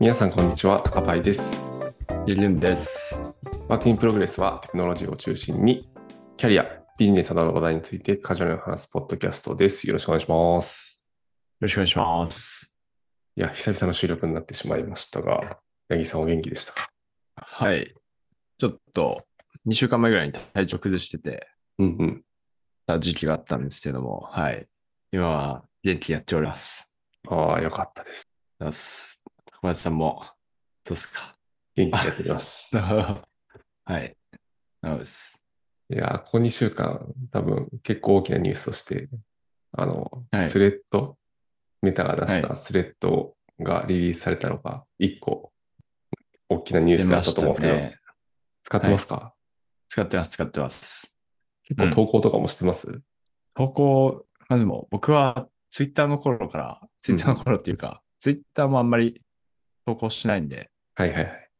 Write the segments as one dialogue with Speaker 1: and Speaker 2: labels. Speaker 1: 皆さんこんにちは、高パイです。
Speaker 2: ゆりゅんです。
Speaker 1: ワークインプログレスはテクノロジーを中心に、キャリア、ビジネスなどの話題についてカジュアルに話すポッドキャストです。よろしくお願いします。
Speaker 2: よろしくお願いします。
Speaker 1: いや、久々の収録になってしまいましたが、八木さんお元気でしたか
Speaker 2: はい。ちょっと、2週間前ぐらいに体調崩してて、
Speaker 1: うんうん。
Speaker 2: た時期があったんですけども、はい。今は元気にやっております。
Speaker 1: ああ、よかったです。
Speaker 2: おります。小林さんも、どうですか
Speaker 1: 元気にやっております。
Speaker 2: はい。なおです。
Speaker 1: いやー、ここ2週間、多分結構大きなニュースとして、あの、
Speaker 2: はい
Speaker 1: スレッド、メタが出したスレッドがリリースされたのが、1個、大きなニュー
Speaker 2: 出
Speaker 1: スだっ
Speaker 2: ま
Speaker 1: たと
Speaker 2: した
Speaker 1: 思うんですけど、
Speaker 2: ね。
Speaker 1: 使ってますか、
Speaker 2: 使ってます、使ってます。
Speaker 1: 結構投稿とかもしてます、
Speaker 2: 投稿、まあでも僕はツイッターの頃から、ツイッターの頃っていうか、ツイッターもあんまり投稿しないんで、
Speaker 1: はいはいはい。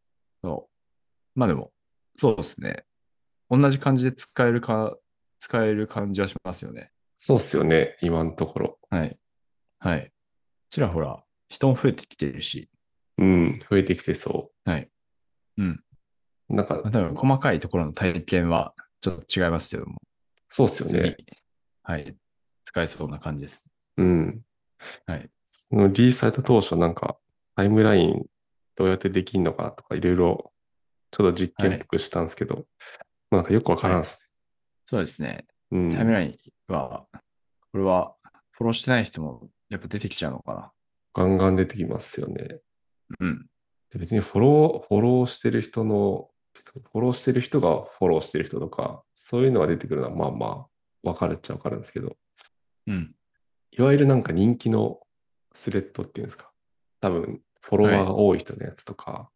Speaker 2: そう。まあでも、そうですね。同じ感じで使えるか、使える感じはしますよね。
Speaker 1: そうっすよね、今のところ。
Speaker 2: はい。はい。ちらほら、人も増えてきてるし、
Speaker 1: うん、増えてきてそ
Speaker 2: はい。うん。
Speaker 1: う。なんか
Speaker 2: まあ、多分、細かいところの体験はちょっと違いますけども、
Speaker 1: そうっすよね。
Speaker 2: 次はい。使えそうな感じです。
Speaker 1: うん。
Speaker 2: はい。
Speaker 1: そのリリースされた当初、なんか、タイムラインどうやってできんのかなとか、いろいろ、ちょっと実験っぽくしたんですけど、まあなんかよくわからんっす
Speaker 2: そうですね。
Speaker 1: ね。うん。
Speaker 2: タイムラインは、これは、フォローしてない人もやっぱ出てきちゃうのか
Speaker 1: ガンガン出てきますよね。
Speaker 2: な。うん。
Speaker 1: で別にフォロー、フォローしてる人の、フォローしてる人がフォローしてる人とか、そういうのが出てくるのは、まあまあ、わかるっちゃわかるんですけど、
Speaker 2: うん。
Speaker 1: いわゆるなんか人気のスレッドっていうんですか。多分、フォロワーが多い人のやつとか、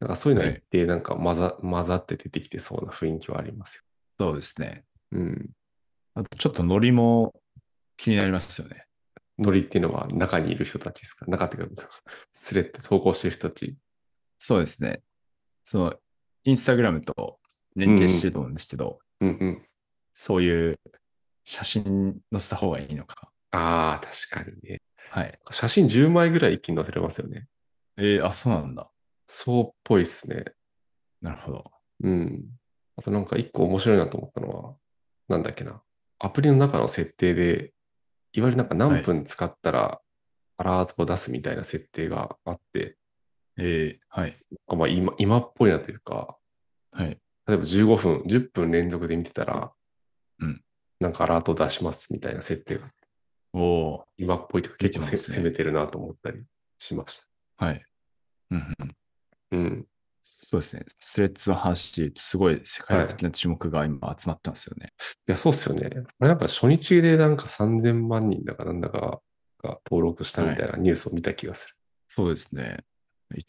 Speaker 1: なんかそういうのが一定なんか混ざ,、混ざって出てきてそうな雰囲気はあります
Speaker 2: そうですね。
Speaker 1: よ。うん。
Speaker 2: あと、ちょっとノリも気になりますよね。
Speaker 1: ノリっていうのは中にいる人たちですか中っていうか、スレッド投稿してる人たち。
Speaker 2: そうですね。その、インスタグラムと連携してると思うんですけど、
Speaker 1: うんうん。
Speaker 2: そういう写真載せた方がいいのか。
Speaker 1: ああ、確かにね。
Speaker 2: はい。
Speaker 1: 写真10枚ぐらい一気に載せれますよね。
Speaker 2: えーあ、そうなんだ。
Speaker 1: そうっぽいっすね。
Speaker 2: なるほど。
Speaker 1: うん。あとなんか一個面白いなと思ったのは、なんだっけな。アプリの中の設定で、いわゆるなんか何分使ったらアラートを出すみたいな設定があって、
Speaker 2: えーはい。
Speaker 1: あまあ今今っぽいなというか、
Speaker 2: はい。
Speaker 1: 例えば15分、10分連続で見てたら、
Speaker 2: うん
Speaker 1: なんかアラート出しますみたいな設定が
Speaker 2: おお
Speaker 1: 今っぽいというか結構せ、
Speaker 2: 出てますね
Speaker 1: 攻めてるなと思ったりしまし
Speaker 2: はい。うんうん。
Speaker 1: た。うん。
Speaker 2: そうですね。スレッズの話で言うと、すごい世界的な注目が今集まってますよね。
Speaker 1: いや、そうっすよね。あれなんか初日でなんか3000万人だかなんだかが登録したみたいなニュースを見た気がする。
Speaker 2: そうですね。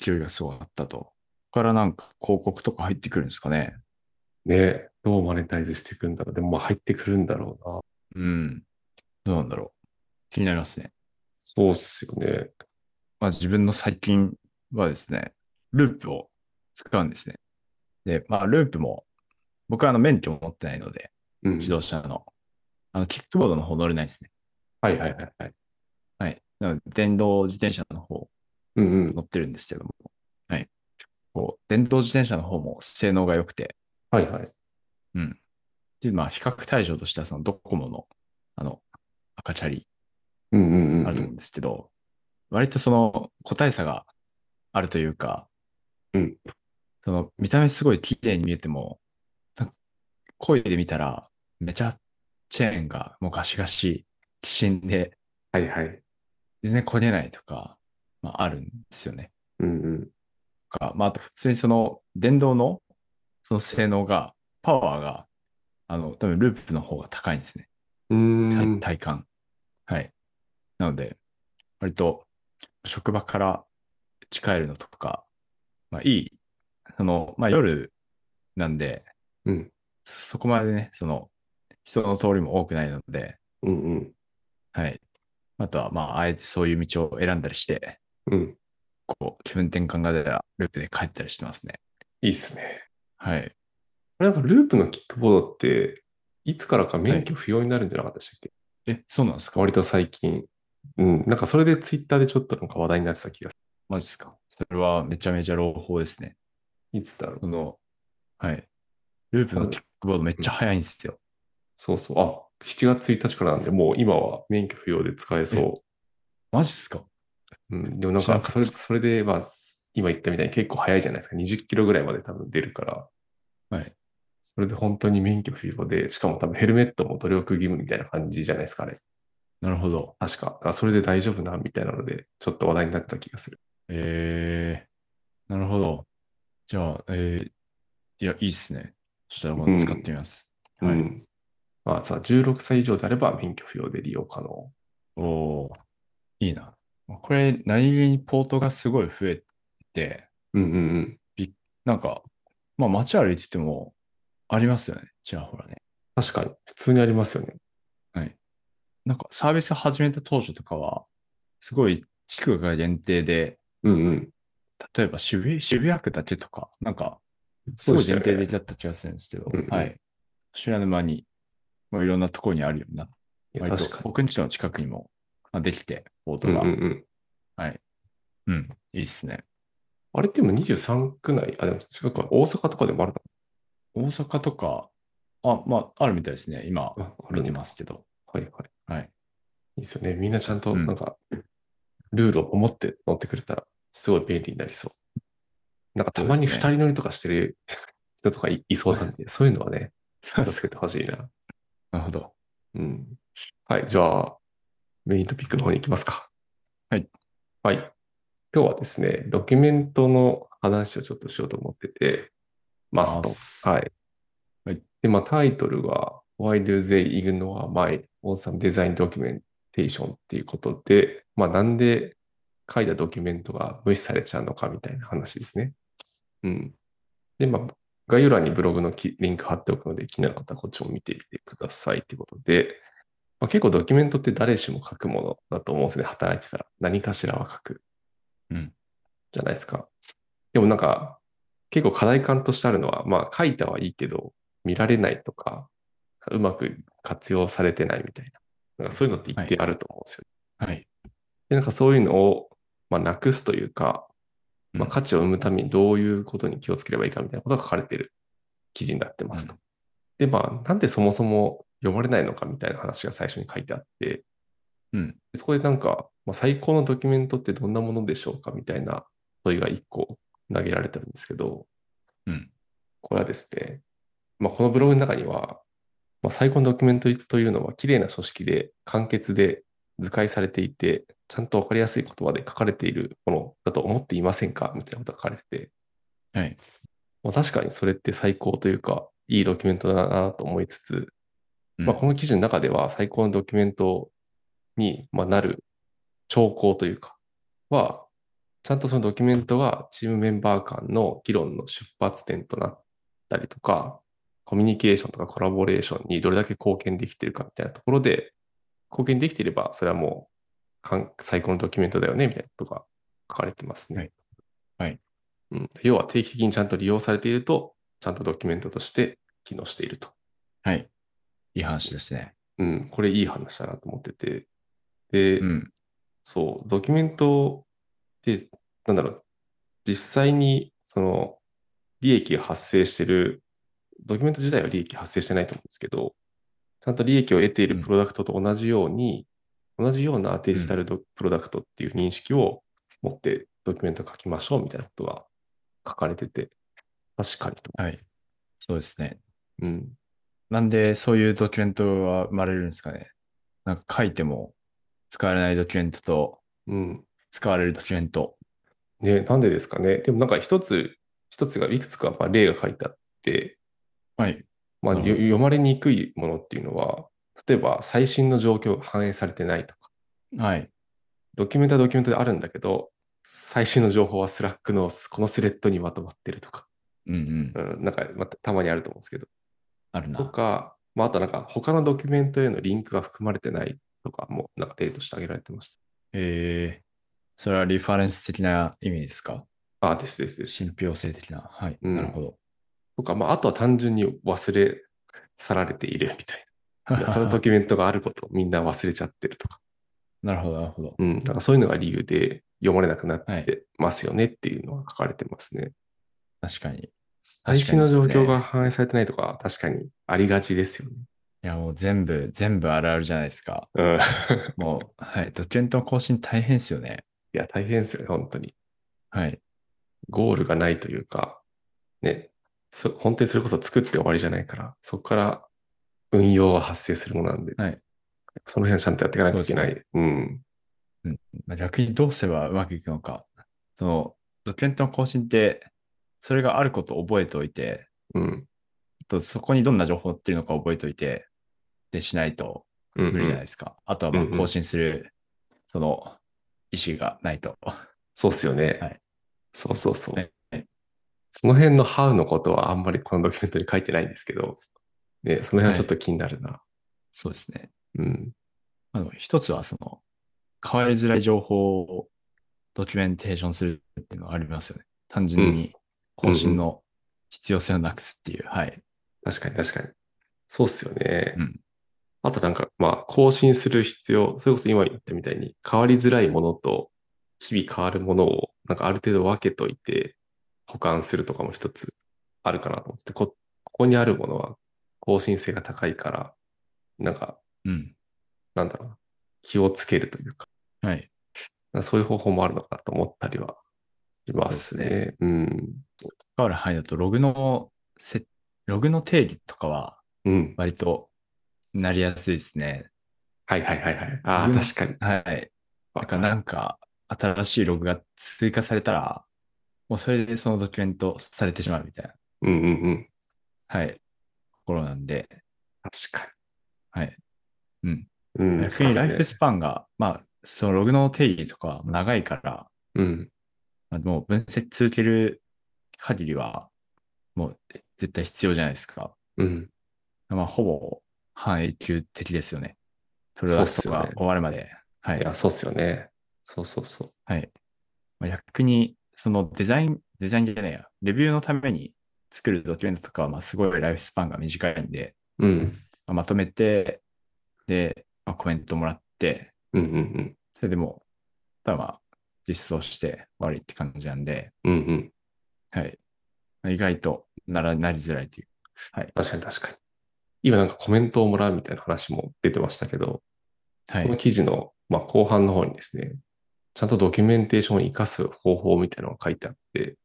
Speaker 2: 勢いがすごかったと。ここからなんか広告とか入ってくるんですかね。
Speaker 1: ね、どうマネタイズしていくんだろう。でもまあ入ってくるんだろうな。
Speaker 2: うん。どうなんだろう。気になりますね。
Speaker 1: そうっすよね。
Speaker 2: まあ、自分の最近はですね、ループを使うんですね。で、まあ、ループも、僕はあの免許を持ってないので、
Speaker 1: うん。
Speaker 2: 自動車の、あの、キックボードの方乗れないですね。
Speaker 1: はいはいはいはい。
Speaker 2: はい。なので、電動自転車の方
Speaker 1: うんうん。
Speaker 2: 乗ってるんですけども、はい。こう、電動自転車の方も性能が良くて、
Speaker 1: はいはい。
Speaker 2: うん。で、まあ、比較対象としては、そのドコモの、あの、赤チャリ
Speaker 1: うんうんうんうん。
Speaker 2: あると思うんですけど、割とその個体差があるというか、
Speaker 1: うん
Speaker 2: その見た目すごい綺麗に見えても、なんか声で見たら、めちゃチェーンがもうガシガシ、きしんで、
Speaker 1: はいはい。
Speaker 2: 全然こねないとか、まあ、あるんですよね。
Speaker 1: うんうん。
Speaker 2: かまあ、あと普通にその電動のその性能が、パワーが、あの、多分ループの方が高いんですね。
Speaker 1: うーん。
Speaker 2: 体体感。はい。なので、割と職場から家帰るのとか、まあいい、その、まあ夜なんで、
Speaker 1: うん
Speaker 2: そこまでね、その、人の通りも多くないので、
Speaker 1: うんうん。
Speaker 2: はい。あとは、まあ、あえてそういう道を選んだりして、
Speaker 1: うん。
Speaker 2: こう、気分転換が出たら、ループで帰ったりしてますね。
Speaker 1: いいっすね。
Speaker 2: はい。
Speaker 1: あれなんかループのキックボードって、いつからか免許不要になるんじゃなかったでしたっけ、
Speaker 2: え、そうなんですか
Speaker 1: 割と最近。うん。なんかそれでツイッターでちょっとなんか話題になってた気がす
Speaker 2: マジですかそれはめちゃめちゃ朗報ですね。
Speaker 1: いつだろう。
Speaker 2: その、はい。ループのキックボードめっちゃ速いんですよ。
Speaker 1: そうそう。あ、7月1日からなんで、もう今は免許不要で使えそ
Speaker 2: マジっすか
Speaker 1: う。うん。でもなん
Speaker 2: 知ら
Speaker 1: か、
Speaker 2: なかった
Speaker 1: それ、それで、まあ、今言ったみたいに結構早いじゃないですか。20キロぐらいまで多分出るから。
Speaker 2: はい。
Speaker 1: それで本当に免許不要で、しかも多分ヘルメットも努力義務みたいな感じじゃないですか、あれ。
Speaker 2: なるほど。
Speaker 1: 確か。あそれで大丈夫な、みたいなので、ちょっと話題になった気がする。
Speaker 2: えー、なるほど。じゃあ、えー、いや、いいっすね。そしたら今度使ってみます。
Speaker 1: う
Speaker 2: はい。
Speaker 1: ん。まあさ、16歳以上であれば免許不要で利用可能。
Speaker 2: おーいいな。これ、何気にポートがすごい増えて、
Speaker 1: うんうんうん。
Speaker 2: なんか、まあ街歩いててもありますよね。ちらほらね。
Speaker 1: 確かに、普通にありますよね。
Speaker 2: はい。なんかサービス始めた当初とかは、すごい地区が限定で、
Speaker 1: うんうん。
Speaker 2: 例えば渋谷渋谷区だけとか、なんか、す
Speaker 1: そう
Speaker 2: ご
Speaker 1: で
Speaker 2: い
Speaker 1: したよ
Speaker 2: 限
Speaker 1: ね
Speaker 2: 定的だった気がするんですけど、
Speaker 1: うんうん
Speaker 2: はい。知らぬ間に、まあ、いろんなところにあるようになって、
Speaker 1: いや
Speaker 2: 割と
Speaker 1: 確かに。
Speaker 2: 僕ん家の近くにもまあできて、ポー
Speaker 1: う
Speaker 2: ト
Speaker 1: ん
Speaker 2: が。
Speaker 1: うんうん。
Speaker 2: はい。うん、いいっすね。
Speaker 1: あれってでも23区内、あ、でも近くは大阪とかでもある
Speaker 2: 大阪とか、あ、まあ、あるみたいですね。今、
Speaker 1: のあ。
Speaker 2: 見てますすけど。
Speaker 1: はいはい。
Speaker 2: は
Speaker 1: い
Speaker 2: い。
Speaker 1: いですよね。みんなちゃんと、
Speaker 2: うん
Speaker 1: なんか、ルールを守って乗ってくれたら、すごい便利になりそう。なんかたまに二
Speaker 2: そうですね
Speaker 1: 人乗りとかしてる人とかいいそうなんで、そういうのはね、助けてほしいな。
Speaker 2: なるほど。
Speaker 1: うん。はい。じゃあ、メイントピックの方に行きますか。
Speaker 2: はい。
Speaker 1: はい。今日はですね、ドキュメントの話をちょっとしようと思ってて、マス
Speaker 2: マス
Speaker 1: ト。はい。
Speaker 2: はい
Speaker 1: で、まあタイトルが Why do they ignore my awesome design documentation っていうことで、まあなんで書いたドキュメントが無視されちゃうのかみたいな話ですね。うん。で、まあ概要欄にブログのきリンク貼っておくので、気になる方はこっちも見てみてくださいということで、まあ、結構ドキュメントって誰しも書くものだと思うんですね。働いてたら何かしらは書く。
Speaker 2: うん
Speaker 1: じゃないですか。でもなんか、結構課題感としてあるのは、まあ書いたはいいけど、見られないとか、うまく活用されてないみたいな。なんかそういうのって一定あると思うんですよ。
Speaker 2: はい。
Speaker 1: で、なんかそういうのを、まあ、なくすというか、まあ、
Speaker 2: うん
Speaker 1: 価値を生むためにどういうことに気をつければいいかみたいなことが書かれている記事になってますと。
Speaker 2: うん
Speaker 1: で、まあ、なんでそもそも読まれないのかみたいな話が最初に書いてあって、
Speaker 2: うん。
Speaker 1: でそこでなんか、まあ、最高のドキュメントってどんなものでしょうかみたいな問いが1個投げられてるんですけど、
Speaker 2: うん。
Speaker 1: これはですね、まあ、このブログの中には、まあ、最高のドキュメントというのは綺麗な書式で簡潔で図解されていて、ちゃんとわかりやすい言葉で書かれているものだと思っていませんかみたいなことが書かれてて、
Speaker 2: はい。
Speaker 1: まあ、確かにそれって最高というか、いいドキュメントだなと思いつつ、
Speaker 2: うん
Speaker 1: まあ、この記事の中では最高のドキュメントにまあなる兆候というか、は、ちゃんとそのドキュメントがチームメンバー間の議論の出発点となったりとか、コミュニケーションとかコラボレーションにどれだけ貢献できてるかみたいなところで、貢献できていれば、それはもう完最高のドキュメントだよね、みたいなことが書かれてますね。
Speaker 2: はいはい
Speaker 1: うん、要は定期的にちゃんと利用されていると、ちゃんとドキュメントとして機能していると。
Speaker 2: はい。いい話ですね。
Speaker 1: うん、これいい話だなと思ってて。で、
Speaker 2: うん。
Speaker 1: そう、ドキュメントって、なんだろう、実際にその利益が発生してる、ドキュメント自体は利益発生してないと思うんですけど、ちゃんと利益を得ているプロダクトと同じように、同じようなデジタルド、プロダクトっていう認識を持ってドキュメント書きましょうみたいなことが書かれてて、確かにと。
Speaker 2: はい。そうですね。
Speaker 1: うん。
Speaker 2: なんで、そういうドキュメントは生まれるんですかね。なんか書いても使われないドキュメントと、
Speaker 1: うん。
Speaker 2: 使われるドキュメント。
Speaker 1: ね、なんでですかね。でもなんか一つ、一つが、いくつかまあ例が書いてあって、
Speaker 2: はい。
Speaker 1: まあ、
Speaker 2: なる
Speaker 1: よ
Speaker 2: ほど
Speaker 1: 読まれにくいものっていうのは、例えば最新の状況が反映されてないとか、
Speaker 2: はい。
Speaker 1: ドキュメントはドキュメントであるんだけど、最新の情報はスラックのこのスレッドにまとまってるとか、
Speaker 2: うんうん。
Speaker 1: うん、なんかまたたまにあると思うんですけど、
Speaker 2: あるな。
Speaker 1: とか、まあ、あとなんか他のドキュメントへのリンクが含まれてないとかも、なんか例として挙げられてまし
Speaker 2: えー、それはリファレンス的な意味ですか
Speaker 1: た。あ、ですですです。
Speaker 2: 信憑性的な。はい。
Speaker 1: うん
Speaker 2: なるほど。
Speaker 1: とか、まあ、あとは単純に忘れ去られているみた いな。いやそのドキュメントがあることをみんな忘れちゃってるとか。
Speaker 2: なるほど、なるほど。
Speaker 1: うん、なんかそういうのが理由で、読まれなくなっ
Speaker 2: は
Speaker 1: てますよねっていうのが書かれてますね。
Speaker 2: 確かに。い
Speaker 1: 最新の状況
Speaker 2: 確かにです
Speaker 1: が反映されてないとか、確かにありがちですよね。
Speaker 2: や、もう全部、全部あるあるじゃないですか。
Speaker 1: うん。
Speaker 2: もう、はい。ドキュメントの更新大変ですよね。
Speaker 1: いや、大変ですよね、本当に。
Speaker 2: はい。
Speaker 1: ゴールがないというか、ね、そ本当にそれこそ作って終わりじゃないから、そこから運用は発生するものなんで、
Speaker 2: はい
Speaker 1: その辺はちゃんとやっていかないといけない。うん。
Speaker 2: まあ、逆にどうすればうまくいくのか。その、ドキュメントの更新って、それがあることを覚えておいて、
Speaker 1: うん。
Speaker 2: あとそこにどんな情報っていうのか覚えておいて、でしないと
Speaker 1: うん、
Speaker 2: 無理じゃな
Speaker 1: う
Speaker 2: い
Speaker 1: ん
Speaker 2: ですか。あとはまあ
Speaker 1: うんうん
Speaker 2: 更新する、その、意思がないと。
Speaker 1: そうっすよね。
Speaker 2: はい
Speaker 1: そうそうそう。
Speaker 2: はいはい
Speaker 1: その辺の How のことはあんまりこのドキュメントに書いてないんですけど、ね、その辺はちょっと気になるな。
Speaker 2: そうですね。
Speaker 1: うん。
Speaker 2: あの一つはその、変わりづらい情報をドキュメンテーションするっていうのはありますよね。単純に更新の必要性をなくすっていう。はい。
Speaker 1: 確かに確かに。そうっすよね。
Speaker 2: うん
Speaker 1: あとなんか、まあ、更新する必要、それこそ今言ったみたいに、変わりづらいものと、日々変わるものを、なんかある程度分けといて、保管するとかも一つあるかなと思って、こ、ここにあるものは更新性が高いから、なんか、
Speaker 2: うん。
Speaker 1: なんだろうな、気をつけるというか、
Speaker 2: はい。
Speaker 1: なんかそういう方法もあるのかなと思ったりはします
Speaker 2: そう
Speaker 1: ね。うん。
Speaker 2: 関わる範囲だと、ログのせ、ログの定義とかは
Speaker 1: うん。
Speaker 2: 割となりやすいですね。
Speaker 1: はいはいはいはい。ああ、
Speaker 2: 僕も
Speaker 1: 確かに。
Speaker 2: はい。
Speaker 1: わ
Speaker 2: なんか、なんか、新しいログが追加されたら、もうそれでそのドキュメントされてしまうみたいな、
Speaker 1: うんうんうん。
Speaker 2: はい、ところなんで、
Speaker 1: 確か
Speaker 2: はい。うん。
Speaker 1: に。うん。
Speaker 2: 逆に
Speaker 1: そう
Speaker 2: ラ
Speaker 1: っ
Speaker 2: イ
Speaker 1: すね
Speaker 2: フスパンが、まあ、そのログの定義とか長いから、
Speaker 1: うん。
Speaker 2: まあ、もう分析続ける限りは、もう絶対必要じゃないですか。
Speaker 1: うん。
Speaker 2: まあ、ほぼ半永久的ですよね。プロ
Speaker 1: そうっ
Speaker 2: ダ
Speaker 1: す
Speaker 2: クト
Speaker 1: よね
Speaker 2: が終わるまで。はいい。
Speaker 1: や、そうっすよね。そうそうそう。
Speaker 2: はい。まあ、逆に、そのデザイン、デザインじゃないや、レビューのために作るドキュメントとかは、まあ、すごいライフスパンが短いんで、
Speaker 1: うん。
Speaker 2: まあ、まとめて、で、まあ、コメントもらって、
Speaker 1: うんうん
Speaker 2: それでもう、ただまあ、実装して終わりって感じなんで、
Speaker 1: うん。うんうん。
Speaker 2: はい。まあ意外とならなりづらいという。
Speaker 1: 確かに確かに。今なんかコメントをもらうみたいな話も出てましたけど、
Speaker 2: は
Speaker 1: この
Speaker 2: い。
Speaker 1: 記事の、まあ、後半の方にですね、ちゃんとドキュメンテーションを活かす方法みたいなのが書いてあって、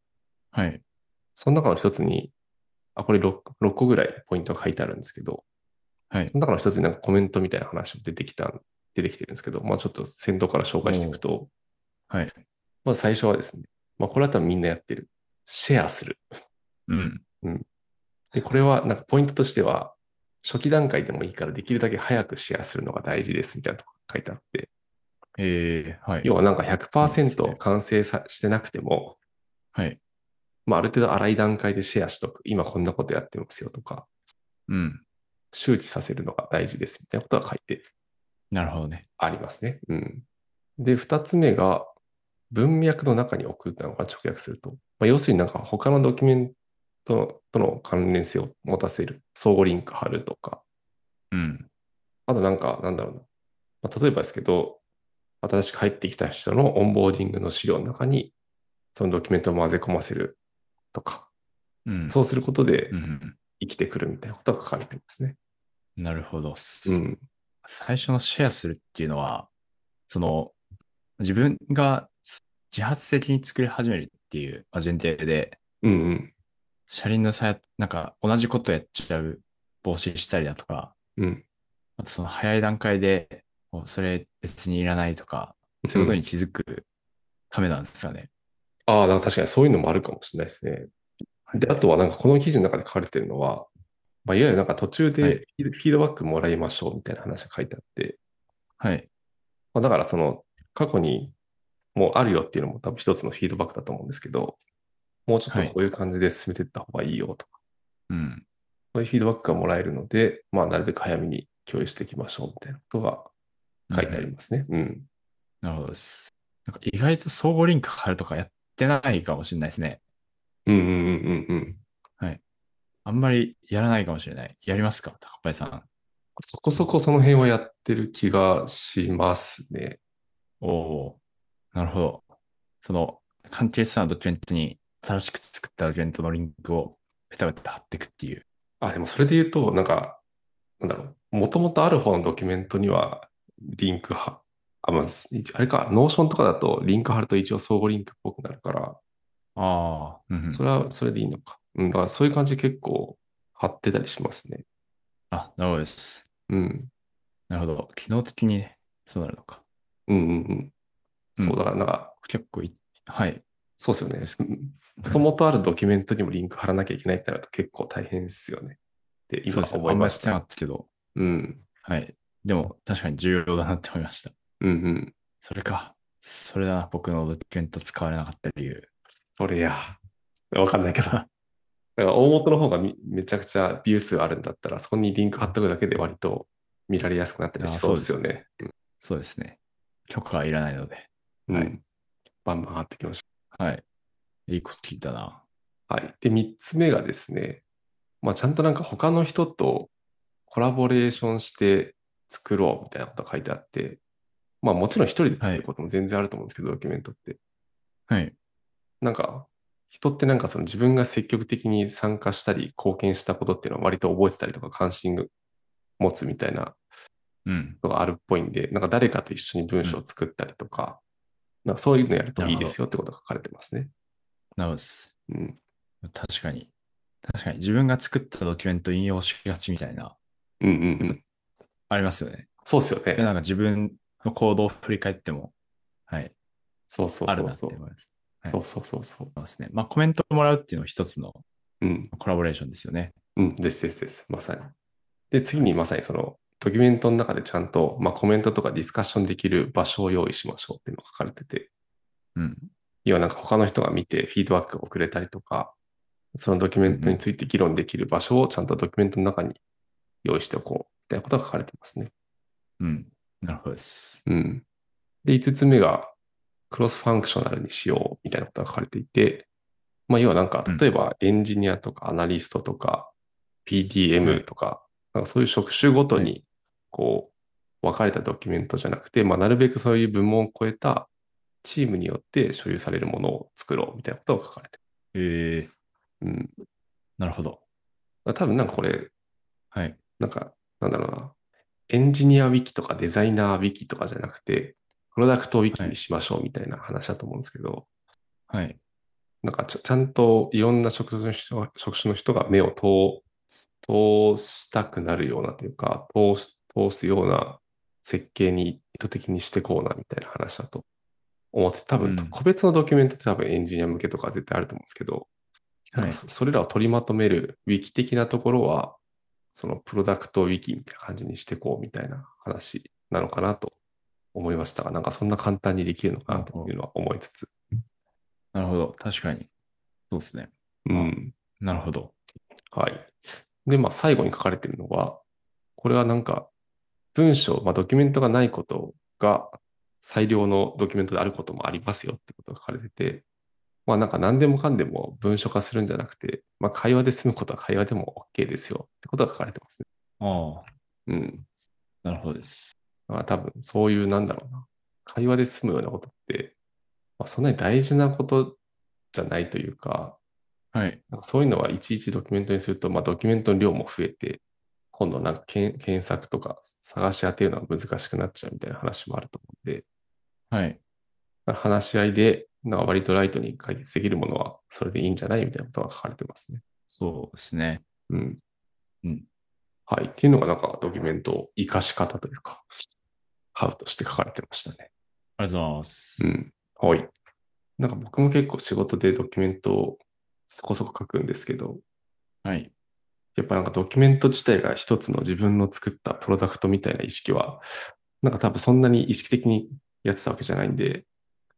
Speaker 2: はい。
Speaker 1: その中の一つに、あ、これ 6, 6個ぐらいポイントが書いてあるんですけど、
Speaker 2: はい
Speaker 1: その中の一つになんかコメントみたいな話も出てきた、出てきてるんですけど、まあちょっと先頭から紹介していくと、
Speaker 2: はい。
Speaker 1: まず最初はですね、まあこれは多分みんなやってる。シェアする。
Speaker 2: うん。
Speaker 1: で、これはなんかポイントとしては、初期段階でもいいからできるだけ早くシェアするのが大事ですみたいなとこ書いてあって、
Speaker 2: えー、はい
Speaker 1: 要。はなんか
Speaker 2: そうですね
Speaker 1: 100%完成さしてなくても、
Speaker 2: はい。
Speaker 1: まあ、ある程度荒い段階でシェアしとく。今こんなことやってますよとか、
Speaker 2: うん。
Speaker 1: 周知させるのが大事ですみたいなことが書いて
Speaker 2: なるほどね。
Speaker 1: ありますね。うん。で、二つ目が、文脈の中に置くなのが直訳すると、まあ、要するになんか他のドキュメントとの関連性を持たせる。相互リンク貼るとか、
Speaker 2: うん。
Speaker 1: あとなんか、なんだろうな。まあ、例えばですけど、新しく入ってきた人のオンボーディングの資料の中に、そのドキュメントを混ぜ込ませるとか、
Speaker 2: うん。
Speaker 1: そうすることで
Speaker 2: うんうん。
Speaker 1: 生きてくるみたいなことが書かれてますね。
Speaker 2: なるほどっす。
Speaker 1: うん。
Speaker 2: 最初のシェアするっていうのは、その、自分が自発的に作り始めるっていうまあ前提で、
Speaker 1: うんうん。
Speaker 2: 車輪のさ、なんか同じことやっちゃう防止したりだとか、
Speaker 1: うん。
Speaker 2: あとその早い段階で、もうそれ別にいらないとか、そういうことに気づくためなんですかね。
Speaker 1: ああ、なんか確かにそういうのもあるかもしれないですね。で、あとはなんかこの記事の中で書かれてるのは、まあ、いわゆるなんか途中
Speaker 2: はい
Speaker 1: でフィードフィードバックもらいましょうみたいな話が書いてあって、
Speaker 2: はい。
Speaker 1: まあ、だからその過去にもうあるよっていうのも多分一つのフィードバックだと思うんですけど、もうちょっと
Speaker 2: はい
Speaker 1: こういう感じで進めていった方がいいよとか、
Speaker 2: うん。
Speaker 1: そういうフィードバックがもらえるので、まあなるべく早めに共有していきましょうみたいなことが書いてありますね。うん。
Speaker 2: なるほどです。なんか意外と相互リンク貼るとかやってないかもしれないですね。
Speaker 1: うんうんうんうんうん。
Speaker 2: あんまりやらないかもしれない。やりますか高林さん。
Speaker 1: そこそこその辺はやってる気がしますね。
Speaker 2: おお、なるほど。その関係したアドキュメントに新しく作ったアドキュメントのリンクをペタペタ貼っていくっていう。
Speaker 1: あ、でもそれで言うと、なんか、なんだろう。もともとある方のドキュメントには、リンクは、あ、まあ、あれか、ノーションとかだと、リンク貼ると一応相互リンクっぽくなるから、
Speaker 2: ああ、うんうん
Speaker 1: それはそれでいいのか。うん、だからそういう感じで結構貼ってたりしますね。
Speaker 2: あ、なるほどです。
Speaker 1: うん。
Speaker 2: なるほど。機能的にね、そうなるのか。
Speaker 1: うんうんう。
Speaker 2: うんん
Speaker 1: そうだから、なんか、
Speaker 2: 結構い、はい。
Speaker 1: そうですよね。もともとあるドキュメントにもリンク貼らなきゃいけないってなると結構大変ですよね。って
Speaker 2: そ
Speaker 1: 今
Speaker 2: うですね
Speaker 1: 思いまし
Speaker 2: あんまりしてな
Speaker 1: た。
Speaker 2: かったけど、
Speaker 1: うん。
Speaker 2: はい。でも、確かに重要だなって思いました。
Speaker 1: うんうん。
Speaker 2: それか。それだな、僕のドキュメント使われなかった理由。
Speaker 1: それや。わかんないけど。だから大元の方がみめちゃくちゃビュー数あるんだったら、そこにリンク貼っとくだけで割と見られやすくなったりしそうですよね。
Speaker 2: そうですね。許可はいらないので。
Speaker 1: う
Speaker 2: うですはい
Speaker 1: ん。バンバン貼っていきましょう。
Speaker 2: はい。いいこと聞いたな。
Speaker 1: はい。で、3つ目がですね、まあ、ちゃんとなんか他の人とコラボレーションして作ろうみたいなことが書いてあって、まあ、もちろん一人で作ることも全然あると思うんですけど、ドキュメントって。
Speaker 2: はい。
Speaker 1: なんか、人ってなんかその自分が積極的に参加したり、貢献したことっていうのは割と覚えてたりとか関心が持つみたいな
Speaker 2: うん。
Speaker 1: のがあるっぽいんで、なんか誰かと一緒に文章を作ったりとか、なんかそういうのやるといいですよってことが書かれてますね。
Speaker 2: なおです。
Speaker 1: うん。
Speaker 2: 確かに。確かに。自分が作ったドキュメント引用しがちみたいな、
Speaker 1: うんうんうん。
Speaker 2: ありますよね。
Speaker 1: そうですよね
Speaker 2: で。なんか自分の行動を振り返っても、はい。
Speaker 1: そうそう
Speaker 2: ある
Speaker 1: そう
Speaker 2: なって
Speaker 1: そう。
Speaker 2: 思います。はい
Speaker 1: そうそうそうそう。
Speaker 2: そうですね。まあ、コメントもらうっていうのは一つの
Speaker 1: うん、
Speaker 2: コラボレーションですよね。
Speaker 1: うん、ですですです。まさに。で、次にまさにそのドキュメントの中でちゃんと、まあ、コメントとかディスカッションできる場所を用意しましょうっていうのが書かれてて、
Speaker 2: うん。
Speaker 1: 要はなんか他の人が見てフィードバックをくれたりとか、そのドキュメントについて議論できる場所をちゃんとドキュメントの中に用意しておこうみたいなことが書かれてますね。
Speaker 2: うん。なるほどです。
Speaker 1: うん。で、5つ目が、クロスファンクショナルにしようみたいなことが書かれていて、まあ、要はなんか
Speaker 2: うん、
Speaker 1: 例えばエンジニアとかアナリストとか、
Speaker 2: は
Speaker 1: PDM
Speaker 2: い
Speaker 1: とか、なんかそういう職種ごと
Speaker 2: は
Speaker 1: に、こう、分かれたドキュメントじゃなくて、まあ、なるべくそういう部門を超えたチームによって所有されるものを作ろうみたいなことが書かれて
Speaker 2: えー、
Speaker 1: る。うん。
Speaker 2: なるほど。
Speaker 1: まあ多分なんかこれ、
Speaker 2: はい。
Speaker 1: なんか、なんだろうな、エンジニアウィキとかデザイナーウィキとかじゃなくて、プロダクトウィキにしましょうみたいな話だと思うんですけど、
Speaker 2: はい。
Speaker 1: なんかちゃちゃんといろんな職種の人が職種の人が目を通通したくなるようなというか、通す通すような設計に意図的にしてこうなみたいな話だと思って、多
Speaker 2: う
Speaker 1: 分
Speaker 2: ん
Speaker 1: 個別のドキュメントって多分エンジニア向けとか絶対あると思うんですけど、なん
Speaker 2: は
Speaker 1: か
Speaker 2: い。
Speaker 1: そそれらを取りまとめるウィキ的なところは、そのプロダクトウィキみたいな感じにしてこうみたいな話なのかなと思いましたが、なんかそんな簡単にできるのかなというのは思いつつ。
Speaker 2: なるほど。確かに。そうですね。
Speaker 1: う
Speaker 2: うん
Speaker 1: ん。
Speaker 2: なるほど。
Speaker 1: はい。で、まあ、最後に書かれてるのは、これはなんか、文章、まあ、ドキュメントがないことが最良のドキュメントであることもありますよってことが書かれてて、まあ、なんか何でもかんでも文書化するんじゃなくて、まあ、会話で済むことは会話でも OK ですよってことが書かれてますね。
Speaker 2: ああ、
Speaker 1: うん。
Speaker 2: なるほどです。
Speaker 1: まあ、多分、そういう、なんだろうな。会話で済むようなことって、まあ、そんなに大事なことじゃないというか、
Speaker 2: はい。
Speaker 1: なんかそういうのはいちいちドキュメントにすると、まあ、ドキュメントの量も増えて、今度なんか検検索とか探し当てるのが難しくなっちゃうみたいな話もあると思うんで、
Speaker 2: はい。
Speaker 1: だから話し合いで、なんか割とライトに解決できるものはそれでいいんじゃないみたいなことが書かれてますね。
Speaker 2: そうですね。
Speaker 1: うん。
Speaker 2: うん。
Speaker 1: はい。っていうのがなんかドキュメントを活かし方というか、ハウとして書かれてましたね。
Speaker 2: ありがとうございます。
Speaker 1: うん。はい。なんか僕も結構仕事でドキュメントをそこそこ書くんですけど、
Speaker 2: はい。
Speaker 1: やっぱなんかドキュメント自体が一つの自分の作ったプロダクトみたいな意識は、なんか多分そんなに意識的にやってたわけじゃないんで、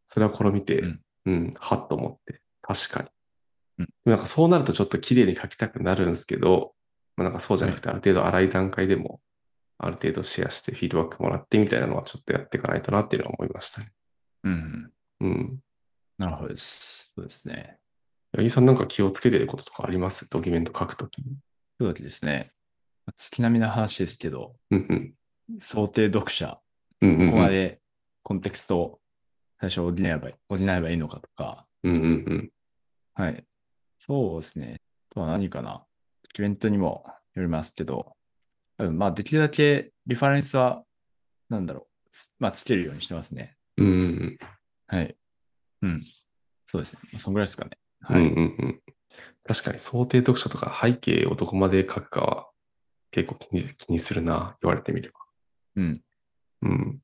Speaker 1: それはこれを見て、う
Speaker 2: うんん、
Speaker 1: はっと思って、確かに。
Speaker 2: うん
Speaker 1: でもなんかそうなるとちょっと綺麗に書きたくなるんですけど、まあ、なんかそうじゃなくてある程度荒い段階でも、ある程度シェアしてフィードバックもらってみたいなのはちょっとやっていかないとなっていうのは思いましたね。
Speaker 2: うん。
Speaker 1: うん。
Speaker 2: なるほどです。そうですね。
Speaker 1: 八木さんなんか気をつけてることとかありますドキュメント書くときに。
Speaker 2: そういうわけですね。月並みな話ですけど、
Speaker 1: うんうん。
Speaker 2: 想定読者、
Speaker 1: うんうん、うん。
Speaker 2: ここまでコンテクストを最初補えばいい、補えばいいのかとか、
Speaker 1: うんうんうん。
Speaker 2: はい。そうですね。あとは何かな。イベントにもよりますけど、多分まあ、できるだけリファレンスは、なんだろう。つまあ、つけるようにしてますね。
Speaker 1: うんうん
Speaker 2: はい。うん。そうですね。まあそんぐらいですかね。
Speaker 1: うん。う
Speaker 2: は
Speaker 1: ん
Speaker 2: い。
Speaker 1: うんうん。確かに想定読書とか背景をどこまで書くかは結構気に気にするな、言われてみれば。
Speaker 2: うん。
Speaker 1: うん。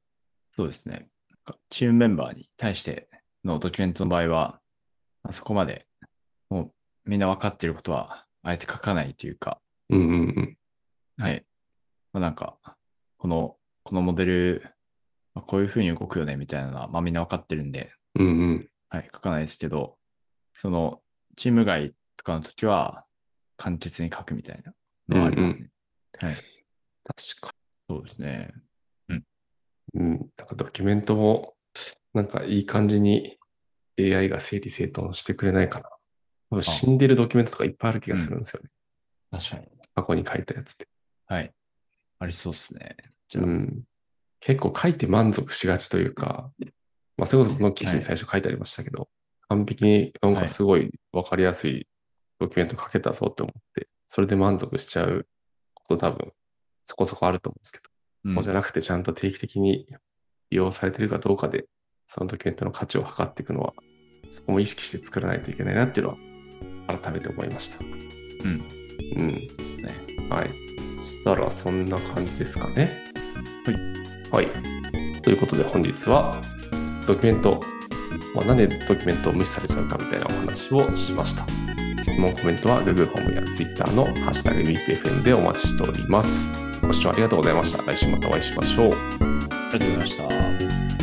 Speaker 2: そうですね。なんかチームメンバーに対してのドキュメントの場合は、まあそこまで、もうみんな分かっていることは、あえて書かないというか、
Speaker 1: うんうんうん。
Speaker 2: はい。まあ、なんか、この、このモデル、まあ、こういうふうに動くよね、みたいなのは、まあみんな分かってるんで、
Speaker 1: うんうん。
Speaker 2: はい、書かないですけど、その、チーム外とかの時は、簡潔に書くみたいなのはありますね。はい。
Speaker 1: 確か
Speaker 2: そうですね。
Speaker 1: に。うん。なんかドキュメントも、なんかいい感じに AI が整理整頓してくれないかな。多分死んでるドキュメントとかいっぱいある気がするんですよね。
Speaker 2: 確かに。
Speaker 1: 過去に書いたやつって。
Speaker 2: はい。ありそうですね。じゃあ
Speaker 1: うん、結構書いて満足しがちというか、まあ、それこそこの記事に最初書いてありましたけど、完璧になんかすごい分かりやすいドキュメント書けたぞって思って、それで満足しちゃうこと多分そこそこあると思うんですけど、そうじゃ
Speaker 2: ゃ
Speaker 1: なくてちゃんと定期的に利用されてるかどうかで、そのドキュメントの価値を測っていくのは、そこも意識して作らないといけないなっていうのは改めて思いました。
Speaker 2: うん。
Speaker 1: うん。
Speaker 2: そうですね。
Speaker 1: はい。そしたらそんな感じですかね。。
Speaker 2: はい
Speaker 1: はい。ということで本日はドキュメント、まあ、なんでドキュメントを無視されちゃうかみたいなお話をしました。質問、コメントは Google ホームや Twitter のハッシュタグ BPFM でお待ちしております。ご視聴ありがとうございました。来週またお会いしましょう。
Speaker 2: ありがとうございました。